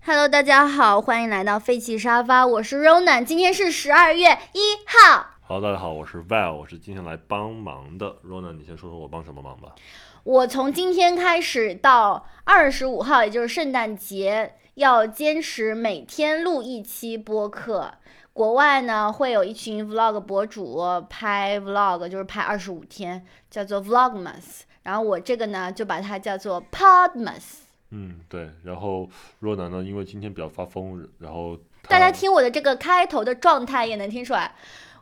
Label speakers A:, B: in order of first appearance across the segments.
A: Hello，大家好，欢迎来到废弃沙发，我是 Ronan，今天是十二月一号。
B: 好，大家好，我是 Val，我是今天来帮忙的。Rona，你先说说我帮什么忙吧。
A: 我从今天开始到二十五号，也就是圣诞节，要坚持每天录一期播客。国外呢会有一群 vlog 博主拍 vlog，就是拍二十五天，叫做 vlogmas。然后我这个呢就把它叫做 podmas。
B: 嗯，对。然后 Rona 呢，因为今天比较发疯，然后她
A: 大家听我的这个开头的状态也能听出来，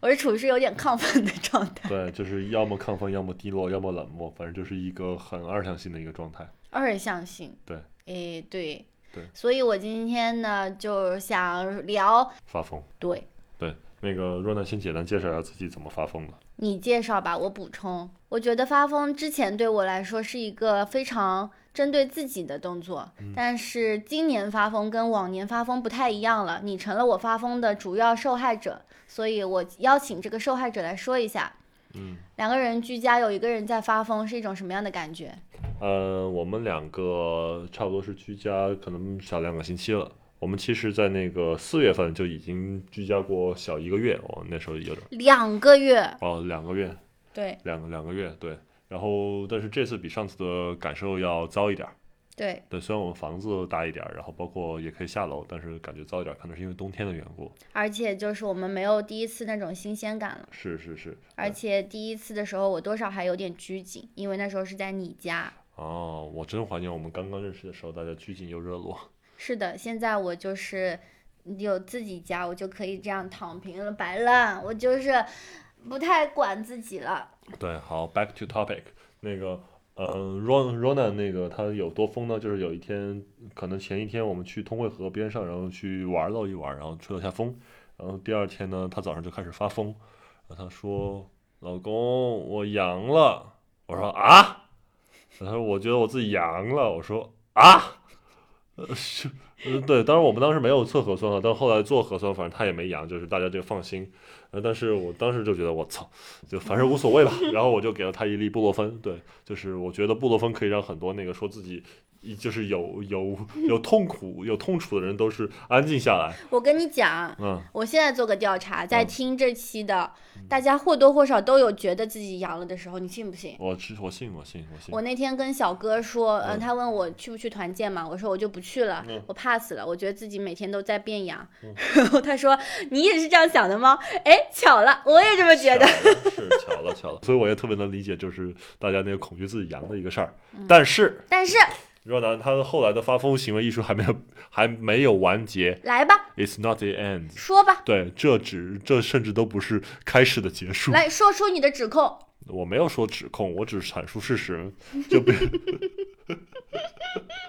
A: 我是处于是有点亢奋的状态。
B: 对，就是要么亢奋，要么低落，要么冷漠，反正就是一个很二向性的一个状态。
A: 二向性。
B: 对。
A: 诶，对。
B: 对。
A: 所以我今天呢，就想聊，
B: 发疯。
A: 对
B: 对，那个 Rona 先简单介绍一下自己怎么发疯的。
A: 你介绍吧，我补充。我觉得发疯之前对我来说是一个非常针对自己的动作，
B: 嗯
A: 但是今年发疯跟往年发疯不太一样了，你成了我发疯的主要受害者，所以我邀请这个受害者来说一下，
B: 嗯，
A: 两个人居家有一个人在发疯是一种什么样的感觉？
B: 呃，我们两个差不多是居家，可能小两个星期了。我们其实，在那个四月份就已经居家过小一个月，我、那时候有点
A: 两个月，
B: 哦，两个月，
A: 对
B: 两个两个月，对。然后，但是这次比上次的感受要糟一点儿。
A: 对，
B: 对，虽然我们房子大一点儿，然后包括也可以下楼，但是感觉糟一点儿，可能是因为冬天的缘故。
A: 而且就是我们没有第一次那种新鲜感了。
B: 是是是。
A: 而且第一次的时候，我多少还有点拘谨，因为那时候是在你家。
B: 哦，我真怀念我们刚刚认识的时候，大家拘谨又热络。
A: 是的，现在我就是有自己家，我就可以这样躺平了，摆烂，我就是不太管自己了。
B: 对，好，back to topic，那个，呃，Ron Ronan 那个他有多疯呢？就是有一天，可能前一天我们去通惠河边上，然后去玩了一玩，然后吹了下风，然后第二天呢，他早上就开始发疯，然后他说：“老公，我阳了。”我说：“啊？”然后他说：“我觉得我自己阳了。”我说：“啊？” 呃，是，呃，对，当然我们当时没有测核酸啊，但后来做核酸，反正他也没阳，就是大家这个放心。呃，但是我当时就觉得我操，就反正无所谓吧。 然后我就给了他一粒布洛芬，对，就是我觉得布洛芬可以让很多那个说自己一就是有有有痛苦、有痛楚的人都是安静下来。
A: 我跟你讲，
B: 嗯，
A: 我现在做个调查，在
B: 嗯
A: 听这期的，大家或多或少都有觉得自己阳了的时候，你信不信？
B: 我知我信我信我信
A: 我。那天跟小哥说，嗯、
B: 嗯
A: 他问我去不去团建嘛，我说我就不去了，
B: 嗯
A: 我怕死了，我觉得自己每天都在变阳。 然后他说你也是这样想的吗？哎，巧了，我也这么觉得。
B: 巧了是巧了巧了，所以我也特别能理解，就是大家那个恐惧自己阳的一个事儿。
A: 嗯
B: 但是
A: 但是
B: 若楠他后来的发疯行为艺术还没有还没有完结
A: 来吧，
B: ，It's not the end。
A: 说吧，
B: 对，这只这甚至都不是开始的结束。
A: 来说出你的指控。
B: 我没有说指控，我只是阐述事实，就比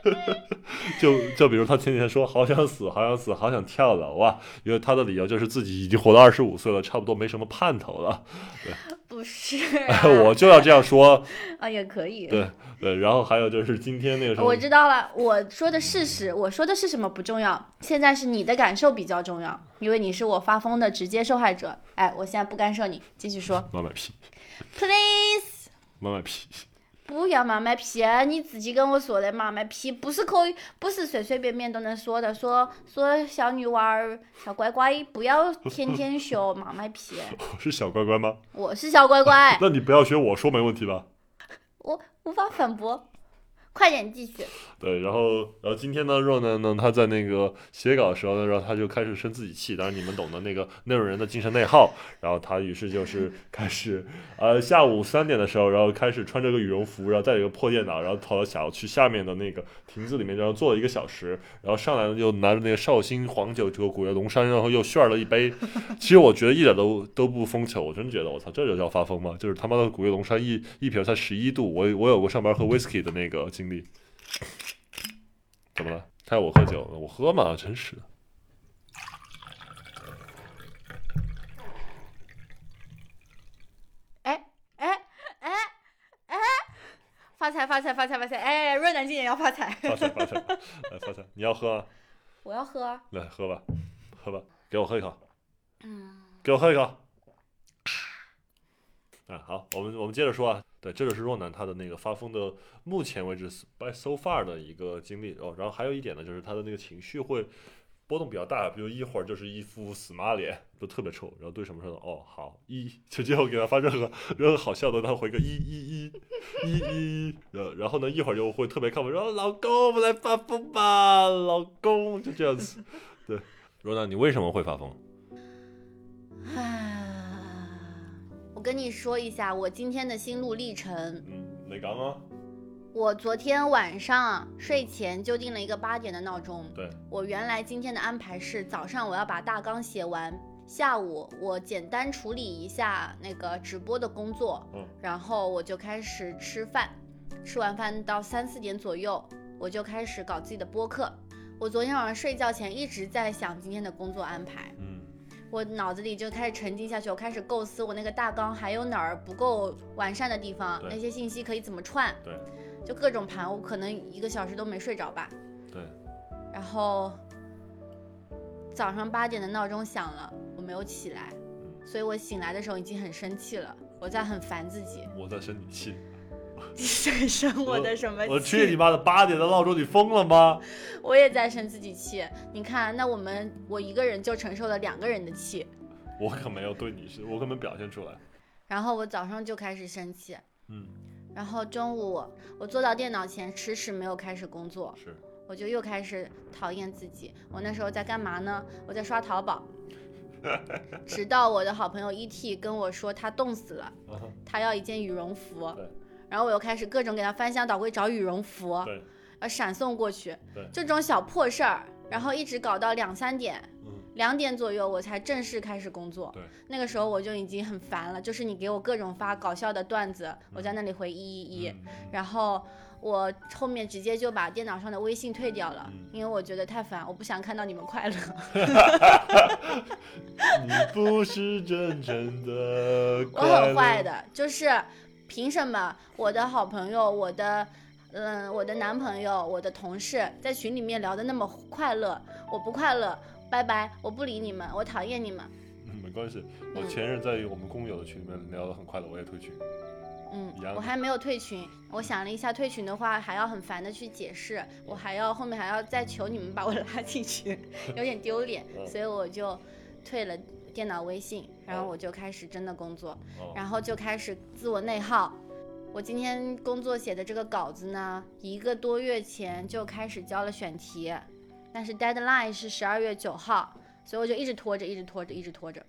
B: 就就比如他前几天说好想死，好想死，好想跳楼啊，因为他的理由就是自己已经活到二十五岁了，差不多没什么盼头了，
A: 不是啊、
B: 我就要这样说，
A: 啊，也可以。
B: 对对，然后还有就是今天那个什么
A: 我，知道了，我说的事实，我说的是什么不重要，现在是你的感受比较重要，因为你是我发疯的直接受害者。哎，我现在不干涉你，继续 说
B: 妈卖批，
A: ，please。
B: 妈卖批，
A: 不要妈卖批，你自己跟我说的嘛，卖批不是可以，不是随随便便都能说的。说说小女娃儿、小乖乖，不要天天学妈卖批。
B: 我是小乖乖吗？
A: 我是小乖乖，
B: 那你不要学我说没问题吧？
A: 我无法反驳。快点继续。
B: 对，然后然后今天呢，若呢呢，他在那个写稿的时候呢，然后他就开始生自己气，当然你们懂的那个内容人的精神内耗。然后他于是就是 开始，呃，下午三点的时候，然后开始穿着个羽绒服，然后带着个破电脑，然后跑到小区下面的那个亭子里面，然后坐了一个小时，然后上来呢又拿着那个绍兴黄酒这个古越龙山，然后又炫了一杯。 其实我觉得一点都都不风球，我真觉得我操，这就叫发疯吗？就是他妈的古越龙山一一瓶才十一度，我我有过上班喝 whisky 的那个经历。怎么了？他要我喝酒，我喝嘛，真是的。
A: 哎 哎哎哎，发财发财发财发财！哎，润南今年要发财。
B: 发财发财，来发财！你要喝啊？
A: 我要喝。啊
B: 来喝吧，喝吧，给我喝一口。
A: 嗯
B: 给我喝一口。啊，好，我们我们接着说啊。对，这就是若男他的那个发疯的，目前为止 by so far 的一个经历哦。然后还有一点呢，就是他的那个情绪会波动比较大，比如一会儿就是一副死妈脸，就特别臭，然后对什么事都哦好一，直接我给他发任何任何好笑的，他回个一一一一一一，然后然后呢一会儿就会特别亢奋，说老公我们来发疯吧，老公就这样子。对，若男你为什么会发疯？
A: 我跟你说一下我今天的心路历程。
B: 嗯，哪刚啊？
A: 我昨天晚上睡前就定了一个八点的闹钟。
B: 对，
A: 我原来今天的安排是早上我要把大纲写完，下午我简单处理一下那个直播的工作，
B: 嗯
A: 然后我就开始吃饭。吃完饭到三四点左右，我就开始搞自己的播客。我昨天晚上睡觉前一直在想今天的工作安排，
B: 嗯
A: 我脑子里就开始沉浸下去，我开始构思我那个大纲还有哪儿不够完善的地方，
B: 对
A: 那些信息可以怎么串，
B: 对
A: 就各种盘，我可能一个小时都没睡着吧。
B: 对，
A: 然后早上八点的闹钟响了，我没有起来，
B: 嗯，
A: 所以我醒来的时候已经很生气了，我在很烦自己，
B: 我在生你气。
A: 你在生我的什么气？
B: 我去你妈的！八点的闹钟，你疯了吗？
A: 我也在生自己气。你看，那我们我一个人就承受了两个人的气，
B: 我可没有对你是，我可没表现出来。
A: 然后我早上就开始生气，
B: 嗯，
A: 然后中午我坐到电脑前，迟迟没有开始工作，
B: 是
A: 我就又开始讨厌自己。我那时候在干嘛呢？我在刷淘 宝，直到我的好朋友 ET 跟我说他冻死了，
B: 啊哈，
A: 他要一件羽绒服
B: 对，
A: 然后我又开始各种给他翻箱倒柜找羽绒服，
B: 对，
A: 呃，闪送过去，
B: 对
A: 这种小破事儿，然后一直搞到两三点，
B: 嗯，
A: 两点左右我才正式开始工作。
B: 对，
A: 那个时候我就已经很烦了，就是你给我各种发搞笑的段子，我在那里回一一一，
B: 嗯
A: 然后我后面直接就把电脑上的微信退掉了，
B: 嗯
A: 因为我觉得太烦，我不想看到你们快 乐。
B: 你不是真正 的
A: 我
B: 快乐
A: 很坏，的，就是凭什么我的好朋友，我的。嗯，我的男朋友，我的同事在群里面聊的那么快乐，我不快乐，拜拜，我不理你们，我讨厌你们。
B: 嗯没关系。我前任在我们工友的群里面聊得很快乐，我也退群。
A: 嗯
B: 一样，的
A: 我还没有退群。我想了一下，退群的话还要很烦的去解释，我还要后面还要再求你们把我拉进去， 有点丢脸，
B: 嗯
A: 所以我就退了电脑微信，然后我就开始真的工作，
B: 哦，
A: 然后就开始自我内耗。我今天工作写的这个稿子呢，一个多月前就开始交了选题，但是 deadline 是十二月九号，所以我就一直拖着，一直拖着，一直拖着。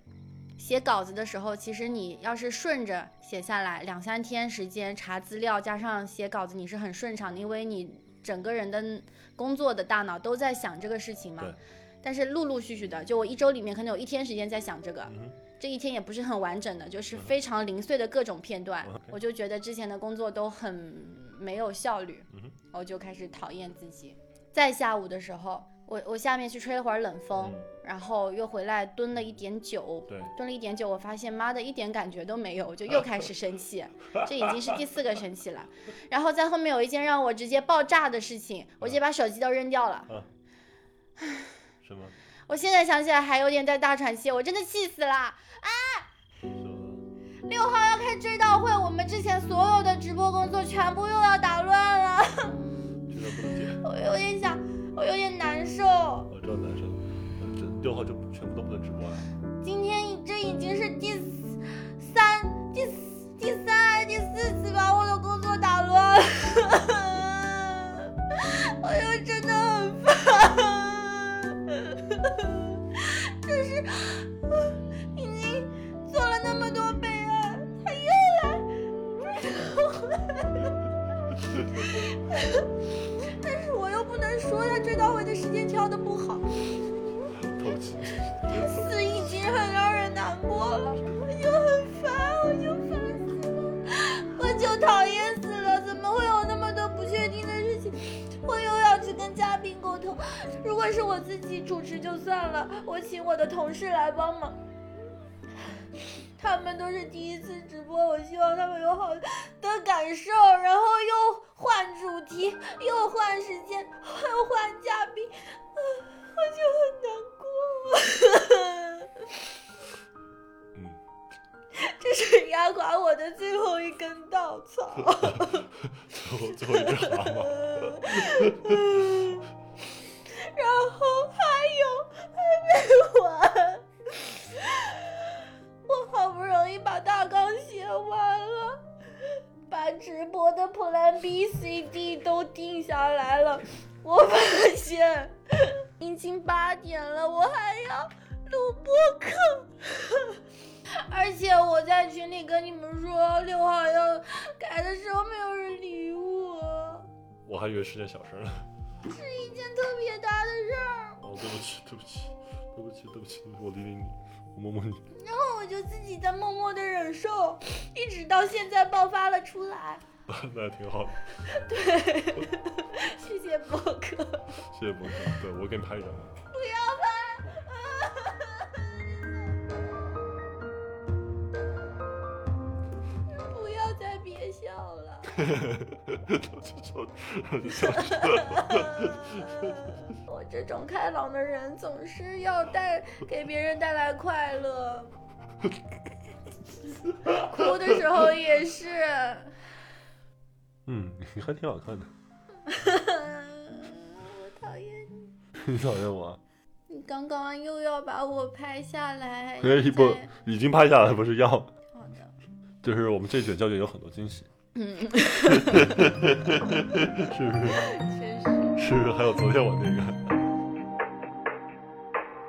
A: 写稿子的时候，其实你要是顺着写下来，两三天时间查资料加上写稿子，你是很顺畅的，因为你整个人的工作的大脑都在想这个事情嘛
B: 对。
A: 但是陆陆续续的，就我一周里面可能有一天时间在想这个，
B: 嗯哼嗯
A: 这一天也不是很完整的，就是非常零碎的各种片段。
B: OK
A: 我就觉得之前的工作都很没有效率，
B: 嗯哼
A: 我就开始讨厌自己。在下午的时候，我我下面去吹了会儿冷风，
B: 嗯
A: 然后又回来蹲了一点酒，
B: 对，
A: 蹲了一点酒，我发现妈的一点感觉都没有，我就又开始生气，这已经是第四个生气了。然后在后面有一件让我直接爆炸的事情，我直接把手机都扔掉了。
B: 什么？
A: 我现在想起来还有点在大喘气，我真的气死了。
B: 什么？
A: 六号要开追悼会，我们之前所有的直播工作全部又要打乱了，
B: 这个不能接，
A: 我有点想，我有点难受。
B: 我知道难受。呃这六号就全部都不能直播了。
A: 今天这已经是第四三、第四、第三还是第四次把我的工作打乱了， 我就真的很烦。 就是已经做了那么多备案，他又来。 但是我又不能说他追悼会的时间挑的不好，
B: 透气。
A: 死已经很让人难过了，我就很烦，我就烦死了，我就讨厌死了。怎么会有那么多不确定的事情？我又要去跟嘉宾沟通。如果是我自己主持就算了，我请我的同事来帮忙。他们都是第一次直播，我希望他们有好的感受，然后又换主题，又换时间，又换嘉宾，啊我就很难过。
B: 嗯，
A: 这是压垮我的最后一根稻草。
B: 最后最后一只蛤蟆，
A: 然后还有还没完，我好不容易把大纲写完了，把直播的 Plan B、C、D 都定下来了，我发现已经八点了，我还要录播课。而且我在群里跟你们说六号要改的时候，没有人理我，
B: 我还以为是件小事呢。
A: 是一件特别大的事儿。
B: 哦，对不起，对不起，对不起，对不起，我理理你，我摸摸你。
A: 然后我就自己在默默的忍受，一直到现在爆发了出来。
B: 那挺好的，
A: 谢谢博客， 不
B: 谢谢博哥。对我给你拍一张吧。
A: 要拍，不要再憋笑了。我这种开朗的人总是要带给别人带来快乐，哭的时候也是。
B: 嗯，你还挺好看的。
A: 我讨厌你，
B: 你讨厌我啊？
A: 你刚刚又要把我拍下来。
B: 可以不
A: 再？
B: 已经拍下来，不是要？
A: 好的，
B: 就是我们这卷教卷有很多惊喜，
A: 嗯，
B: 是不是？
A: 确实。
B: 是还有昨天我那个，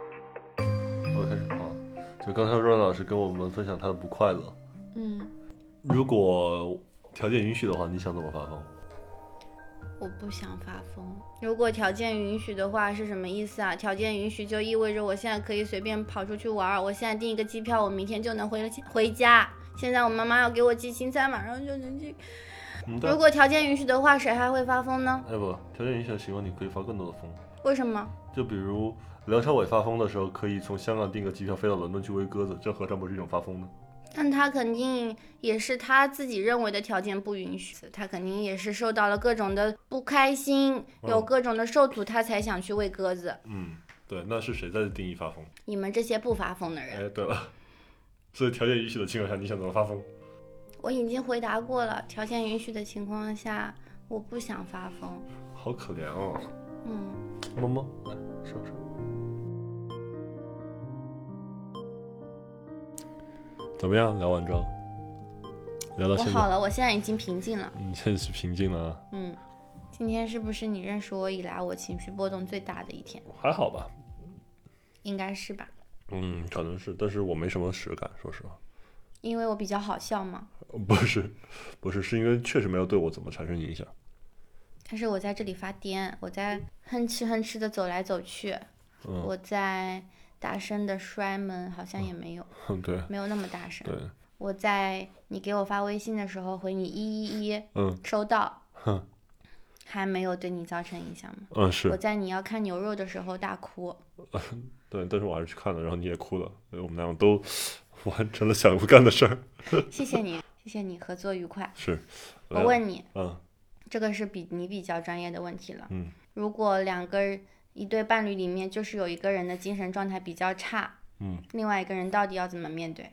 B: 我开始啊，就刚才若老师跟我们分享他的不快乐，
A: 嗯，
B: 如果条件允许的话，你想怎么发疯？
C: 我不想发疯。
A: 如果条件允许的话是什么意思啊？条件允许就意味着我现在可以随便跑出去玩儿，我现在订一个机票，我明天就能回回家。现在我妈妈要给我寄青菜，马上就能寄。
B: 嗯，但
A: 如果条件允许的话，谁还会发疯呢？
B: 哎不，条件允许的情况，你可以发更多的疯，
A: 为什么？
B: 就比如梁朝伟发疯的时候，可以从香港订个机票飞到伦敦去喂鸽子，这何尝不是一种发疯呢？
A: 但他肯定也是他自己认为的条件不允许，他肯定也是受到了各种的不开心，
B: 嗯
A: 有各种的受阻，他才想去喂鸽子。
B: 嗯，对，那是谁在定义发疯？
A: 你们这些不发疯的人，
B: 哎，对了，所以条件允许的情况下，你想怎么发疯？
A: 我已经回答过了。条件允许的情况下，我不想发疯。
B: 好可怜哦，
A: 嗯，
B: 么么，来上上。怎么样？聊完妆，聊到
A: 我
B: 现
A: 好
B: 在，
A: 了，我现在已经平静了。
B: 你现在是平静了啊？
A: 嗯，今天是不是你认识我以来我情绪波动最大的一天？
B: 还好吧？
A: 应该是吧，
B: 嗯，可能是，但是我没什么实感，说实话。
A: 因为我比较好笑嘛。
B: 呃不是，不是，是因为确实没有对我怎么产生影响。
A: 但是我在这里发癫，我在哼哧哼哧的走来走去，
B: 嗯，
A: 我在大声的摔门，好像也没有，
B: 对
A: 没有那么大声。
B: 对，
A: 我在你给我发微信的时候回你一一一，
B: 嗯
A: 收到，
B: 哼，
A: 还没有对你造成影响吗？
B: 嗯
A: 我
B: 是
A: 在你要看牛肉的时候大哭，
B: 对，但是我还是去看了，然后你也哭了，所以我们两个都完成了想不干的事儿。
A: 谢谢你，谢谢你，合作愉快。
B: 是，
A: 我问你，
B: 嗯
A: 这个是比你比较专业的问题了。
B: 嗯
A: 如果两个人一对伴侣里面就是有一个人的精神状态比较差，
B: 嗯，
A: 另外一个人到底要怎么面对？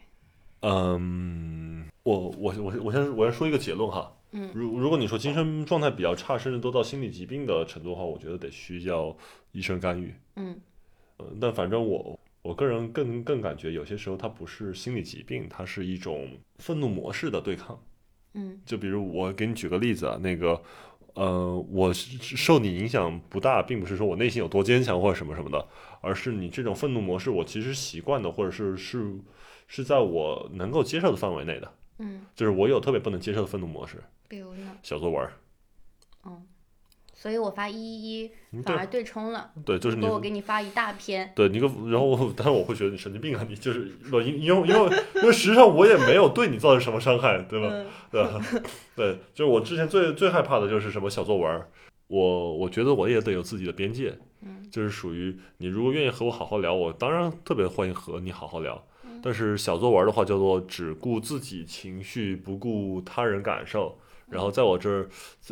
B: 嗯，我我我我先我先说一个结论哈。
A: 嗯
B: 如如果你说精神状态比较差，甚至都到心理疾病的程度的话，我觉得得需要医生干预。
A: 嗯
B: 呃，但反正我我个人更更感觉，有些时候它不是心理疾病，它是一种愤怒模式的对抗。
A: 嗯
B: 就比如我给你举个例子啊，那个，呃，我是是受你影响不大，并不是说我内心有多坚强或者什么什么的，而是你这种愤怒模式，我其实习惯的，或者是是是在我能够接受的范围内的，
A: 嗯，
B: 就是我有特别不能接受的愤怒模式，
A: 比如呢？嗯
B: 小作文儿，
A: 所以我发一一一
B: 嗯
A: 反而对冲了。
B: 对，就是
A: 如
B: 你
A: 果。我给你发一大 篇，
B: 对，你个，然后我，但是我会觉得你神经病啊！你就是，因为因为因为因为实际上我也没有对你造成什么伤害，对吧？
A: 嗯
B: 对 吧，对，就是我之前最最害怕的就是什么小作文儿，我我觉得我也得有自己的边界，
A: 嗯
B: 就是属于你如果愿意和我好好聊，我当然特别欢迎和你好好聊。
A: 嗯
B: 但是小作文儿的话，叫做只顾自己情绪，不顾他人感受。
A: 嗯
B: 然后在我这儿，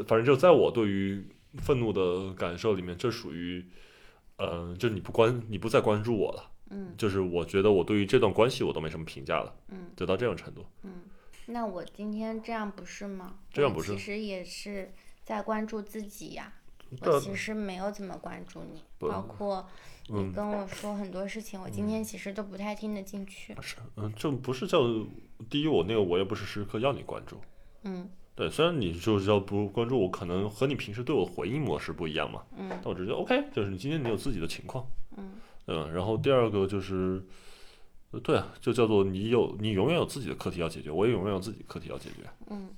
B: 反正就在我对于愤怒的感受里面，这属于，嗯、就是你不关，你不再关注我了。
A: 嗯
B: 就是我觉得我对于这段关系我都没什么评价了，
A: 嗯
B: 就到这种程度。
A: 嗯，那我今天这样不是吗？
B: 这样
A: 我
B: 不是
A: 其实也是在关注自己呀、我
B: 但
A: 其实没有怎么关注你，
B: 不
A: 包括你
B: 嗯
A: 跟我说很多事情，我今天其实都不太听得进去。
B: 是，嗯，这不是叫第一，我那个我也不是时时刻要你关注。
A: 嗯
B: 对，虽然你就是要不关注我，可能和你平时对我回应模式不一样嘛，
A: 嗯
B: 但我只觉得 OK，就是你今天你有自己的情况，
A: 嗯
B: 嗯，然后第二个就是，呃对啊，就叫做你有你永远有自己的课题要解决，我也永远有自己的课题要解决，
A: 嗯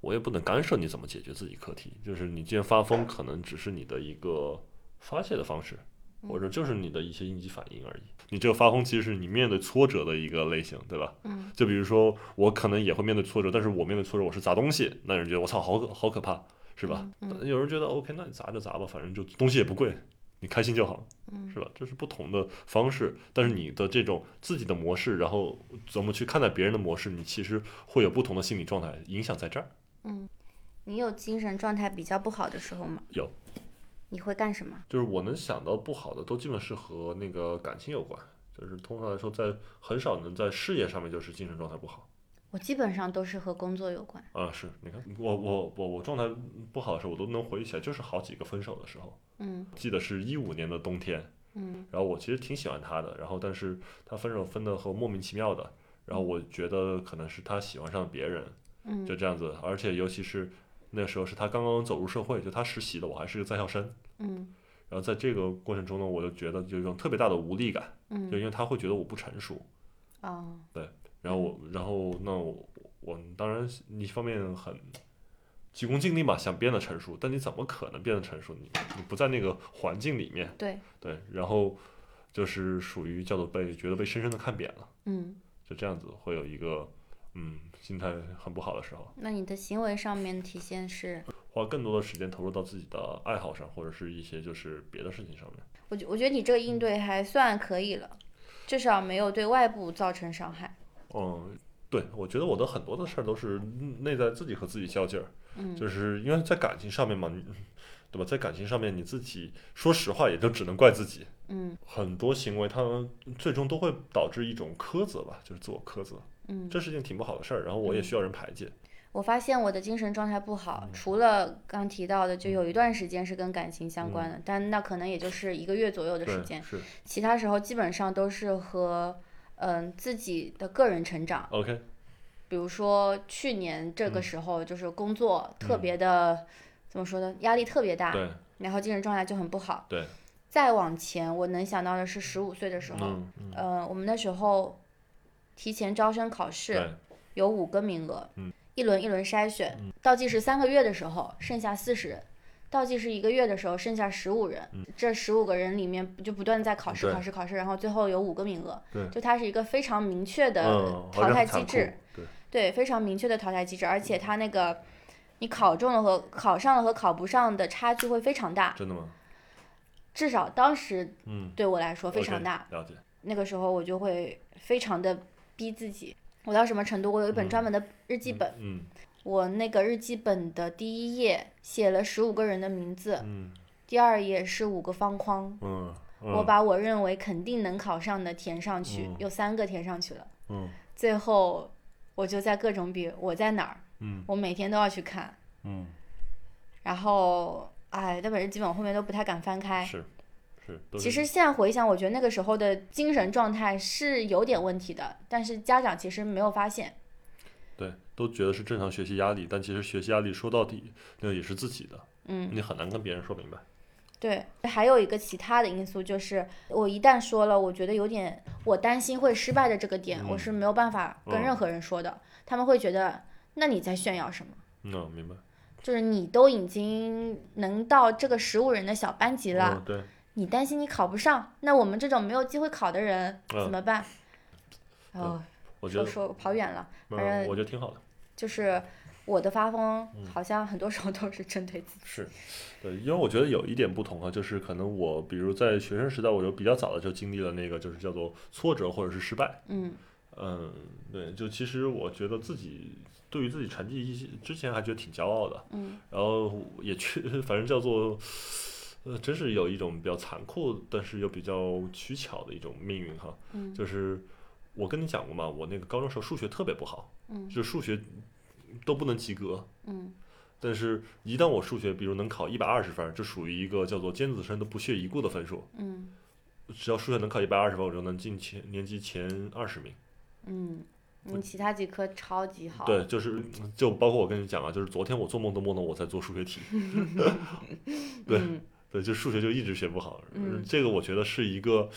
B: 我也不能干涉你怎么解决自己课题，就是你今天发疯，可能只是你的一个发泄的方式，或者就是你的一些应激反应而已。你这个发疯其实是你面对挫折的一个类型，对吧？
A: 嗯。
B: 就比如说我可能也会面对挫折，但是我面对挫折我是砸东西，那人觉得我操好可好可怕，是
A: 嗯
B: 吧？呃但有人觉得 OK，那你砸就砸吧，反正就东西也不贵，你开心就好，
A: 嗯
B: 是吧？这是不同的方式，但是你的这种自己的模式，然后怎么去看待别人的模式，你其实会有不同的心理状态，影响在这儿。
A: 你有精神状态比较不好的时候吗？
B: 有。
A: 你会干什么？
B: 就是我能想到不好的，都基本是和那个感情有关。就是通常来说，在很少能在事业上面就是精神状态不好
A: 我基本上都是和工作有关。
B: 啊。是，你看我我我我状态不好的时候，我都能回忆起来，就是好几个分手的时候。
A: 嗯
B: 记得是一五年的冬天，
A: 嗯
B: 然后我其实挺喜欢他的，然后但是他分手分的和莫名其妙的，然后我觉得可能是他喜欢上别人，
A: 嗯
B: 就这样子。而且尤其是那时候是他刚刚走入社会，就他实习的，我还是个在校生。
A: 嗯
B: 然后在这个过程中呢，我就觉得有一种特别大的无力感。就
A: 嗯。
B: 因为他会觉得我不成熟，
A: 哦，
B: 然后我，然后那我我当然一方面很急功近利嘛，想变得成熟，但你怎么可能变得成熟？你你不在那个环境里面，
A: 对，
B: 对，然后就是属于叫做被觉得被深深的看扁了，
A: 嗯，
B: 就这样子会有一个嗯心态很不好的时候，
A: 那你的行为上面体现是，
B: 花更多的时间投入到自己的爱好上，或者是一些就是别的事情上面。
A: 我觉我觉得你这个应
B: 嗯
A: 对还算可以了，至少没有对外部造成伤害。
B: 嗯，对，我觉得我的很多的事儿都是内在自己和自己较劲儿。
A: 嗯
B: 就是因为在感情上面嘛，你对吧？在感情上面，你自己说实话也就只能怪自己，
A: 嗯
B: 很多行为他们最终都会导致一种苛责吧，就是自我苛责，
A: 嗯，
B: 这是件挺不好的事儿。然后我也需要人排解，
A: 我发现我的精神状态不
B: 嗯
A: 好，除了刚提到的，就有一段时间是跟感情相关的，但那可能也就是一个月左右的时
B: 嗯对，
A: 间，
B: 是
A: 其他时候基本上都是和嗯、自己的个人成长，
B: OK，
A: 比如说去年这个
B: 嗯
A: 时候就是工作特别的、怎么说呢，压力特别大，
B: 对，
A: 然后精神状态就很不好。
B: 对，
A: 再往前我能想到的是十五岁的时候，
B: 嗯，嗯
A: 呃，我们那时候提前招生考试
B: 对，
A: 有五个名额，
B: 嗯
A: 一轮一轮筛选，倒计时三个月的时候剩下四十人，倒计时一个月的时候剩下十五人，这十五个人里面就不断在考试、
B: 嗯对
A: 考试、考试，然后最后有五个名额
B: 对，
A: 就它是一个非常明确的
B: 嗯，好
A: 淘
B: 像
A: 汰
B: 很
A: 机
B: 残
A: 制。
B: 酷，对，嗯
A: 对，非常明确的淘汰机制，而且它那个你考中了和考上了和考不上的差距会非常大，
B: 真的吗？
A: 至少当时
B: 嗯，
A: 对我来说非常
B: OK，
A: 大。
B: 了解，
A: 那个时候我就会非常的逼自己，我到什么程度？我有一本专门的日记本，
B: 嗯
A: 我那个日记本的第一页写了十五个人的名字，
B: 嗯
A: 第二页是五个方框。
B: 嗯，
A: 我把我认为肯定能考上的填上去，
B: 嗯
A: 有三个填上去了。
B: 嗯
A: 最后，我就在各种比我在哪儿，
B: 嗯
A: 我每天都要去看，
B: 嗯
A: 然后，哎，那本日记本我后面都不太敢翻
B: 嗯，
A: 开。
B: 是是，都
A: 哎其
B: 是
A: 实现在回想，我觉得那个时候的精神状态是有点问题的，但是家长其实没有发现。
B: 对，都觉得是正常学习压力，但其实学习压力说到底那也是自己的，
A: 嗯，
B: 你很难跟别人说明白。
A: 对。还有一个其他的因素就是，我一旦说了，我觉得有点我担心会失败的这个点，我
B: 嗯
A: 是没有办法跟
B: 嗯
A: 任何人说的。他们会觉得，那你在炫耀什么？
B: 嗯，明白。
A: 就是你都已经能到这个十五人的小班级了，
B: 嗯，对。
A: 你担心你考不上，那我们这种没有机会考的人
B: 嗯
A: 怎么办？哦，
B: 我觉
A: 说
B: 得，
A: 说跑远了，反
B: 嗯，
A: 正
B: 我觉得挺好的。
A: 就是我的发疯，好像很多时候都是针对自己。
B: 是，对，因为我觉得有一点不同啊，就是可能我，比如在学生时代，我就比较早的就经历了那个，就是叫做挫折或者是失败。
A: 嗯
B: 嗯，对，就其实我觉得自己对于自己成绩一些之前还觉得挺骄傲的，
A: 嗯
B: 然后也去， 反正叫做，呃，真是有一种比较残酷，但是又比较取巧的一种命运哈。
A: 嗯
B: 就是我跟你讲过嘛，我那个高中时候数学特别不好，
A: 嗯
B: 就数学都不能及格。
A: 嗯
B: 但是，一旦我数学比如能考一百二十分儿，这属于一个叫做尖子生都不屑一顾的分数。
A: 嗯
B: 只要数学能考一百二十分，我就能进前年级前二十名。
A: 嗯，你其他几科超级好，
B: 对，就是就包括我跟你讲啊，就是昨天我做梦都梦到我在做数 学题。对
A: 嗯
B: 对，就数学就一直学不好。
A: 嗯
B: 这个我觉得是一个，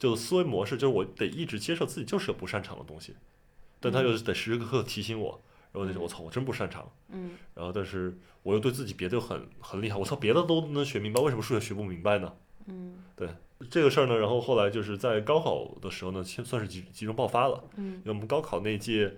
B: 就思维模式，就是我得一直接受自己就是有不擅长的东西，但他又得时时刻刻提醒我，然后就是我操，我真不擅长。
A: 嗯
B: 然后但是我又对自己别的又很很厉害，我操，别的都能学明白，为什么数学学不明白呢？
A: 嗯
B: 这个事儿呢，然后后来就是在高考的时候呢，先算是集集中爆发了。
A: 嗯
B: 因为我们高考那届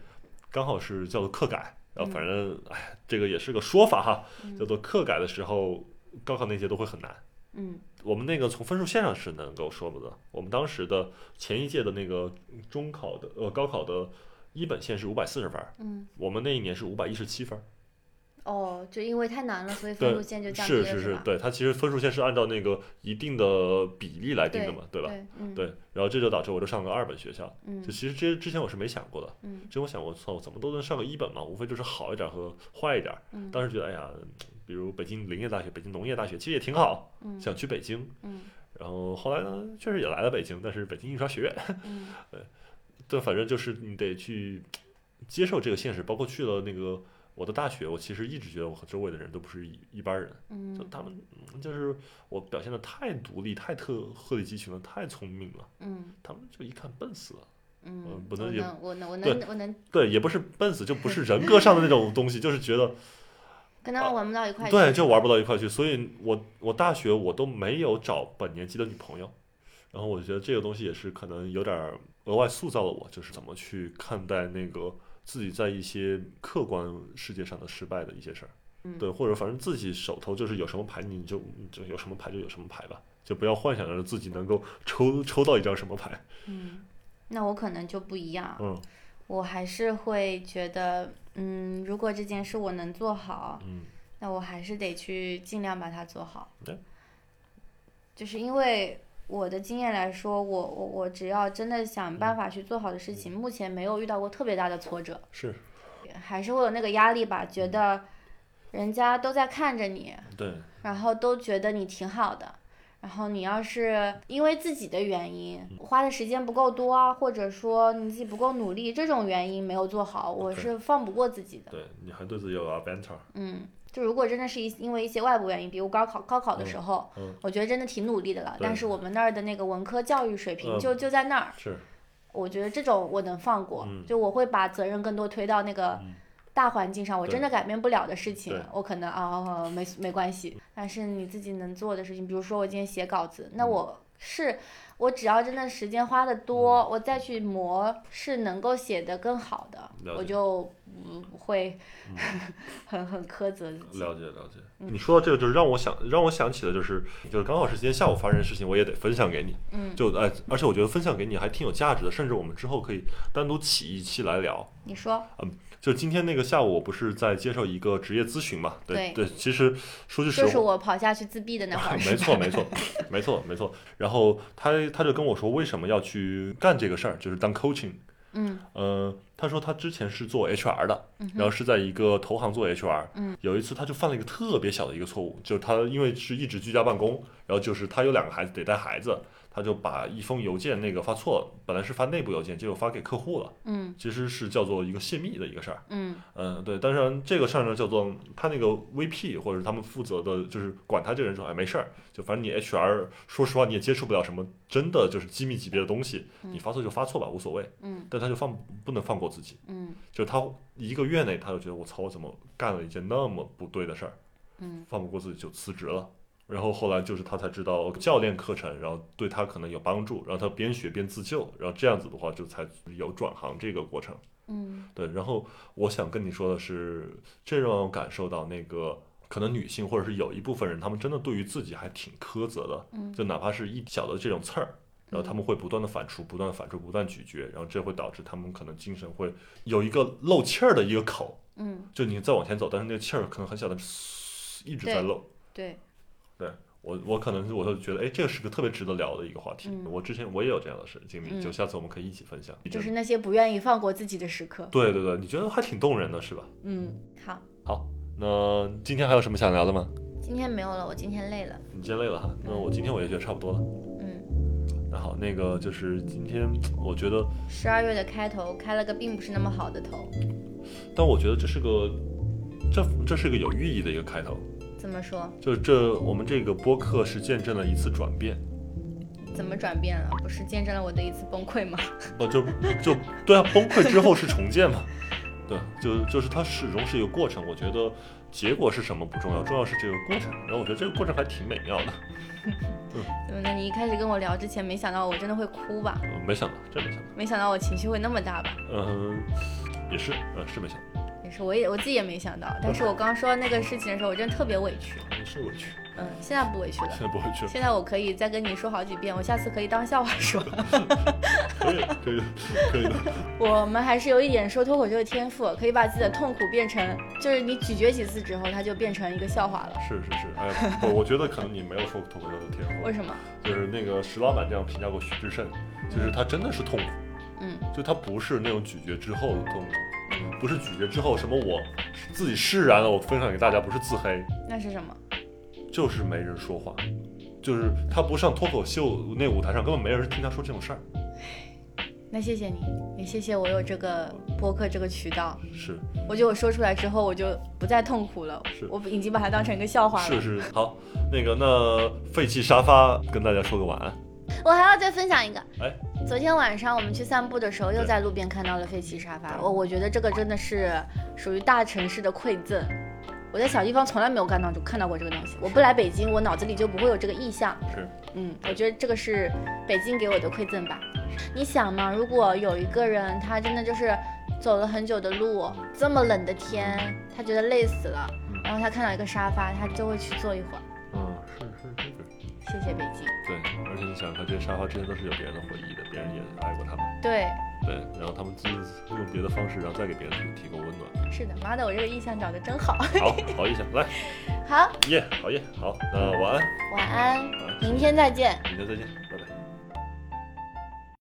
B: 刚好是叫做课改，然
A: 嗯
B: 后反正哎，这个也是个说法哈，
A: 嗯
B: 叫做课改的时候，高考那届都会很难。
A: 嗯
B: 我们那个从分数线上是能够说的，我们当时的前一届的那个中考的呃高考的一本线是五百四十分儿，
A: 嗯，
B: 我们那一年是五百一十七分儿。
A: 哦，就因为太难了，所以分
B: 对
A: 数线就降低
B: 是
A: 了，
B: 是
A: 是
B: 是
A: 吧，
B: 对，它其实分数线是按照那个一定的比例来定的嘛，对吧？
A: 对，嗯
B: 对，然后这就导致我就上了个二本学校。
A: 嗯
B: 就其实之之前我是没想过的，
A: 嗯
B: 之前我想过，操，怎么都能上个一本嘛，无非就是好一点和坏一点。
A: 嗯
B: 当时觉得，哎呀，比如北京林业大学、北京农业大学其实也挺好，
A: 嗯
B: 想去北京。
A: 嗯
B: 然后后来呢，确实也来了北京，但是北京印刷学院，
A: 嗯
B: 但反正就是你得去接受这个现实。包括去了那个我的大学，我其实一直觉得我和周围的人都不是一一般人，就
A: 嗯
B: 他们嗯就是我表现的太独立、太特鹤立鸡群了，太聪明了，
A: 嗯
B: 他们就一看笨死了。
A: 嗯，
B: 不能
A: 我
B: 也
A: 能我能我
B: 对
A: 能我能
B: 对，也不是笨死，就不是人格上的那种东西，就是觉得。
A: 跟他们玩不到一块去，
B: 啊对，就玩不到一块去。所以我我大学我都没有找本年级的女朋友，然后我觉得这个东西也是可能有点儿额外塑造了我，就是怎么去看待那个自己在一些客观世界上的失败的一些事儿。
A: 嗯
B: 对，或者反正自己手头就是有什么牌你就你就有什么牌就有什么牌吧，就不要幻想着自己能够抽抽到一张什么牌。
A: 嗯，那我可能就不一样，
B: 嗯
A: 我还是会觉得，嗯，如果这件事我能做好，
B: 嗯
A: 那我还是得去尽量把它做好。
B: 对，
A: 就是因为我的经验来说，我我我只要真的想办法去做好的事情，目前没有遇到过特别大的挫折，
B: 是
A: 还是会有那个压力吧，觉得人家都在看着你，
B: 对，
A: 然后都觉得你挺好的。然后你要是因为自己的原因花的时间不够多啊，或者说你自己不够努力，这种原因没有做好，我
B: OK
A: 是放不过自己的。
B: 对，你还对自己有 adventure，
A: 嗯，就如果真的是一因为一些外部原因，比如高考高考的时候，
B: 嗯
A: 我觉得真的挺努力的了。
B: 对
A: 但是我们那儿的那个文科教育水平就、就在那儿，
B: 是
A: 我觉得这种我能放过，
B: 嗯
A: 就我会把责任更多推到那个
B: 嗯
A: 大环境上，我
B: 对
A: 真的改变不了的事情
B: 对，嗯
A: 我可能啊、没没关系。但是你自己能做的事情，比如说我今天写稿子，那
B: 嗯
A: 我是。我只要真的时间花的多，
B: 嗯
A: 我再去磨是能够写得更好的，
B: 了
A: 我
B: 解嗯
A: 就不会、 很很苛责自己。
B: 了解了解，嗯你说到这个，就是让我想让我想起的，就是就是刚好是今天下午发生的事情，我也得分享给你。
A: 嗯
B: 就哎，而且我觉得分享给你还挺有价值的，甚至我们之后可以单独起一期来聊。
A: 你说，
B: 就今天那个下午，我不是在接受一个职业咨询嘛？对
A: 对
B: 对，其实说句实
A: 就是
B: 话，
A: 我跑下去自闭的那会 儿，
B: 没错没错没错没错。然后他他就跟我说为什么要去干这个事儿，就是当 coaching。
A: 嗯
B: 呃，他说他之前是做 HR 的，
A: 嗯哼
B: 然后是在一个投行做 HR，
A: 嗯，
B: 有一次他就犯了一个特别小的一个错误，就是他因为是一直居家办公，然后就是他有两个孩子得带孩子，他就把一封邮件那个发错了，本来是发内部邮件，结果发给客户了，
A: 嗯
B: 其实是叫做一个泄密的一个事儿，
A: 嗯
B: 嗯，对，但是这个事儿呢，叫做他那个 VP 或者他们负责的，就是管他这个人说，哎，没事儿，就反正你 HR，说实话你也接触不了什么真的就是机密级别的东西，你发错就发错吧，无所谓，
A: 嗯
B: 但他就放不能放过自己。
A: 嗯
B: 就他一个月内，他就觉得我操，我怎么干了一件那么不对的事儿，
A: 嗯
B: 放不过自己就辞职了。然后后来就是他才知道教练课程，然后对他可能有帮助，然后他边学边自救，然后这样子的话就才有转行这个过程。
A: 嗯
B: 对，然后我想跟你说的是，这让我感受到那个可能女性或者是有一部分人，她们真的对于自己还挺苛责的，
A: 嗯
B: 就哪怕是一小的这种刺
C: 嗯
B: 儿，然后他们会不断的反刍，不断的反刍，不断咀嚼，然后这会导致他们可能精神会有一个漏气儿的一个口，
A: 嗯，
B: 就你再往前走，但是那个气儿可能很小，但是嘶一直在
A: 对
B: 漏。
A: 对，
B: 我我可能是我就觉得，哎，这个是个特别值得聊的一个话题。
C: 嗯
B: 我之前我也有这样的事经历，
C: 嗯
B: 就下次我们可以一起分享。
C: 就是那些不愿意放过自己的时刻。
B: 对对对，你觉得还挺动人的，是吧？
C: 嗯，好，
B: 好，那今天还有什么想聊的吗？
A: 今天没有了，我今天累了。
B: 你今天累了哈，那我今天我也觉得差不多了。
A: 嗯，
B: 那好，那个就是今天，我觉得，
A: 十二月的开头开了个并不是那么好的头，
B: 但我觉得这是个，这这是个有意义的一个开头。
A: 怎么说？
B: 就是这，我们这个播客是见证了一次转变，
A: 怎么转变了？不是见证了我的一次崩溃吗？
B: 不哦就就对啊，崩溃之后是重建嘛， 对，就就是它始终是一个过程。我觉得结果是什么不重要，重要是这个过程。然后我觉得这个过程还挺美妙的，
C: 怎么呢？你一开始跟我聊之前，没想到我真的会哭吧？
B: 呃没想到，真没想到，
C: 没想到我情绪会那么大吧？
B: 嗯、也是，呃，是没想到，
C: 也是，我也我自己也没想到。但是我刚说那个事情的时候，我真的特别委屈。
B: 也是委屈，
C: 嗯，现在不委屈了
B: 现。 在不会去了，
C: 现在我可以再跟你说好几遍，我下次可以当笑话说。
B: 可以， 可以，可以的。
C: 我们还是有一点说脱口秀的天赋，可以把自己的痛苦变成，就是你咀嚼几次之后，它就变成一个笑话了。
B: 是是是，哎呀，不，我觉得可能你没有说脱口秀的天赋
C: 为，什么？
B: 就是那个石老板这样评价过徐志胜，就是他真的是痛苦，
C: 嗯，
B: 就他不是那种咀嚼之后的痛苦，不是咀嚼之后什么我自己释然了，我分享给大家，不是自黑，
C: 那是什么？
B: 就是没人说话，就是他不上脱口秀那舞台上，根本没人听他说这种事儿。
C: 那谢谢你，也谢谢我有这个播客这个渠道。
B: 是
C: 我觉得我说出来之后，我就不再痛苦了
B: 是，
C: 我已经把它当成一个笑话
B: 是
C: 了。
B: 是，好，那个那废弃沙发跟大家说个晚安。
A: 我还要再分享一个。
B: 哎，
A: 昨天晚上我们去散步的时候，又在路边看到了废弃沙发。我我觉得这个真的是属于大城市的馈赠。
C: 我在小地方从来没有看到看到过这个东西。我不来北京，我脑子里就不会有这个意向。
B: 是，
C: 嗯，我觉得这个是北京给我的馈赠吧。
A: 你想嘛，如果有一个人他真的就是走了很久的路，这么冷的天，他觉得累死了，然后他看到一个沙发，他就会去坐一会儿。
B: 嗯，是是是，是
C: 谢谢北京。
B: 对，而且你想想看，这些沙发之前都是有别人的回忆的，别人也爱过他们，
C: 对，
B: 对，然后他们就是用别的方式，然后再给别人提供温暖。
C: 是的，妈的，我这个意向找的真好。
B: 好，好意向，来，
A: 好，
B: 耶，好耶，好，那晚安，
A: 晚安，
B: 晚安
A: 明天再见。
B: 明天再见。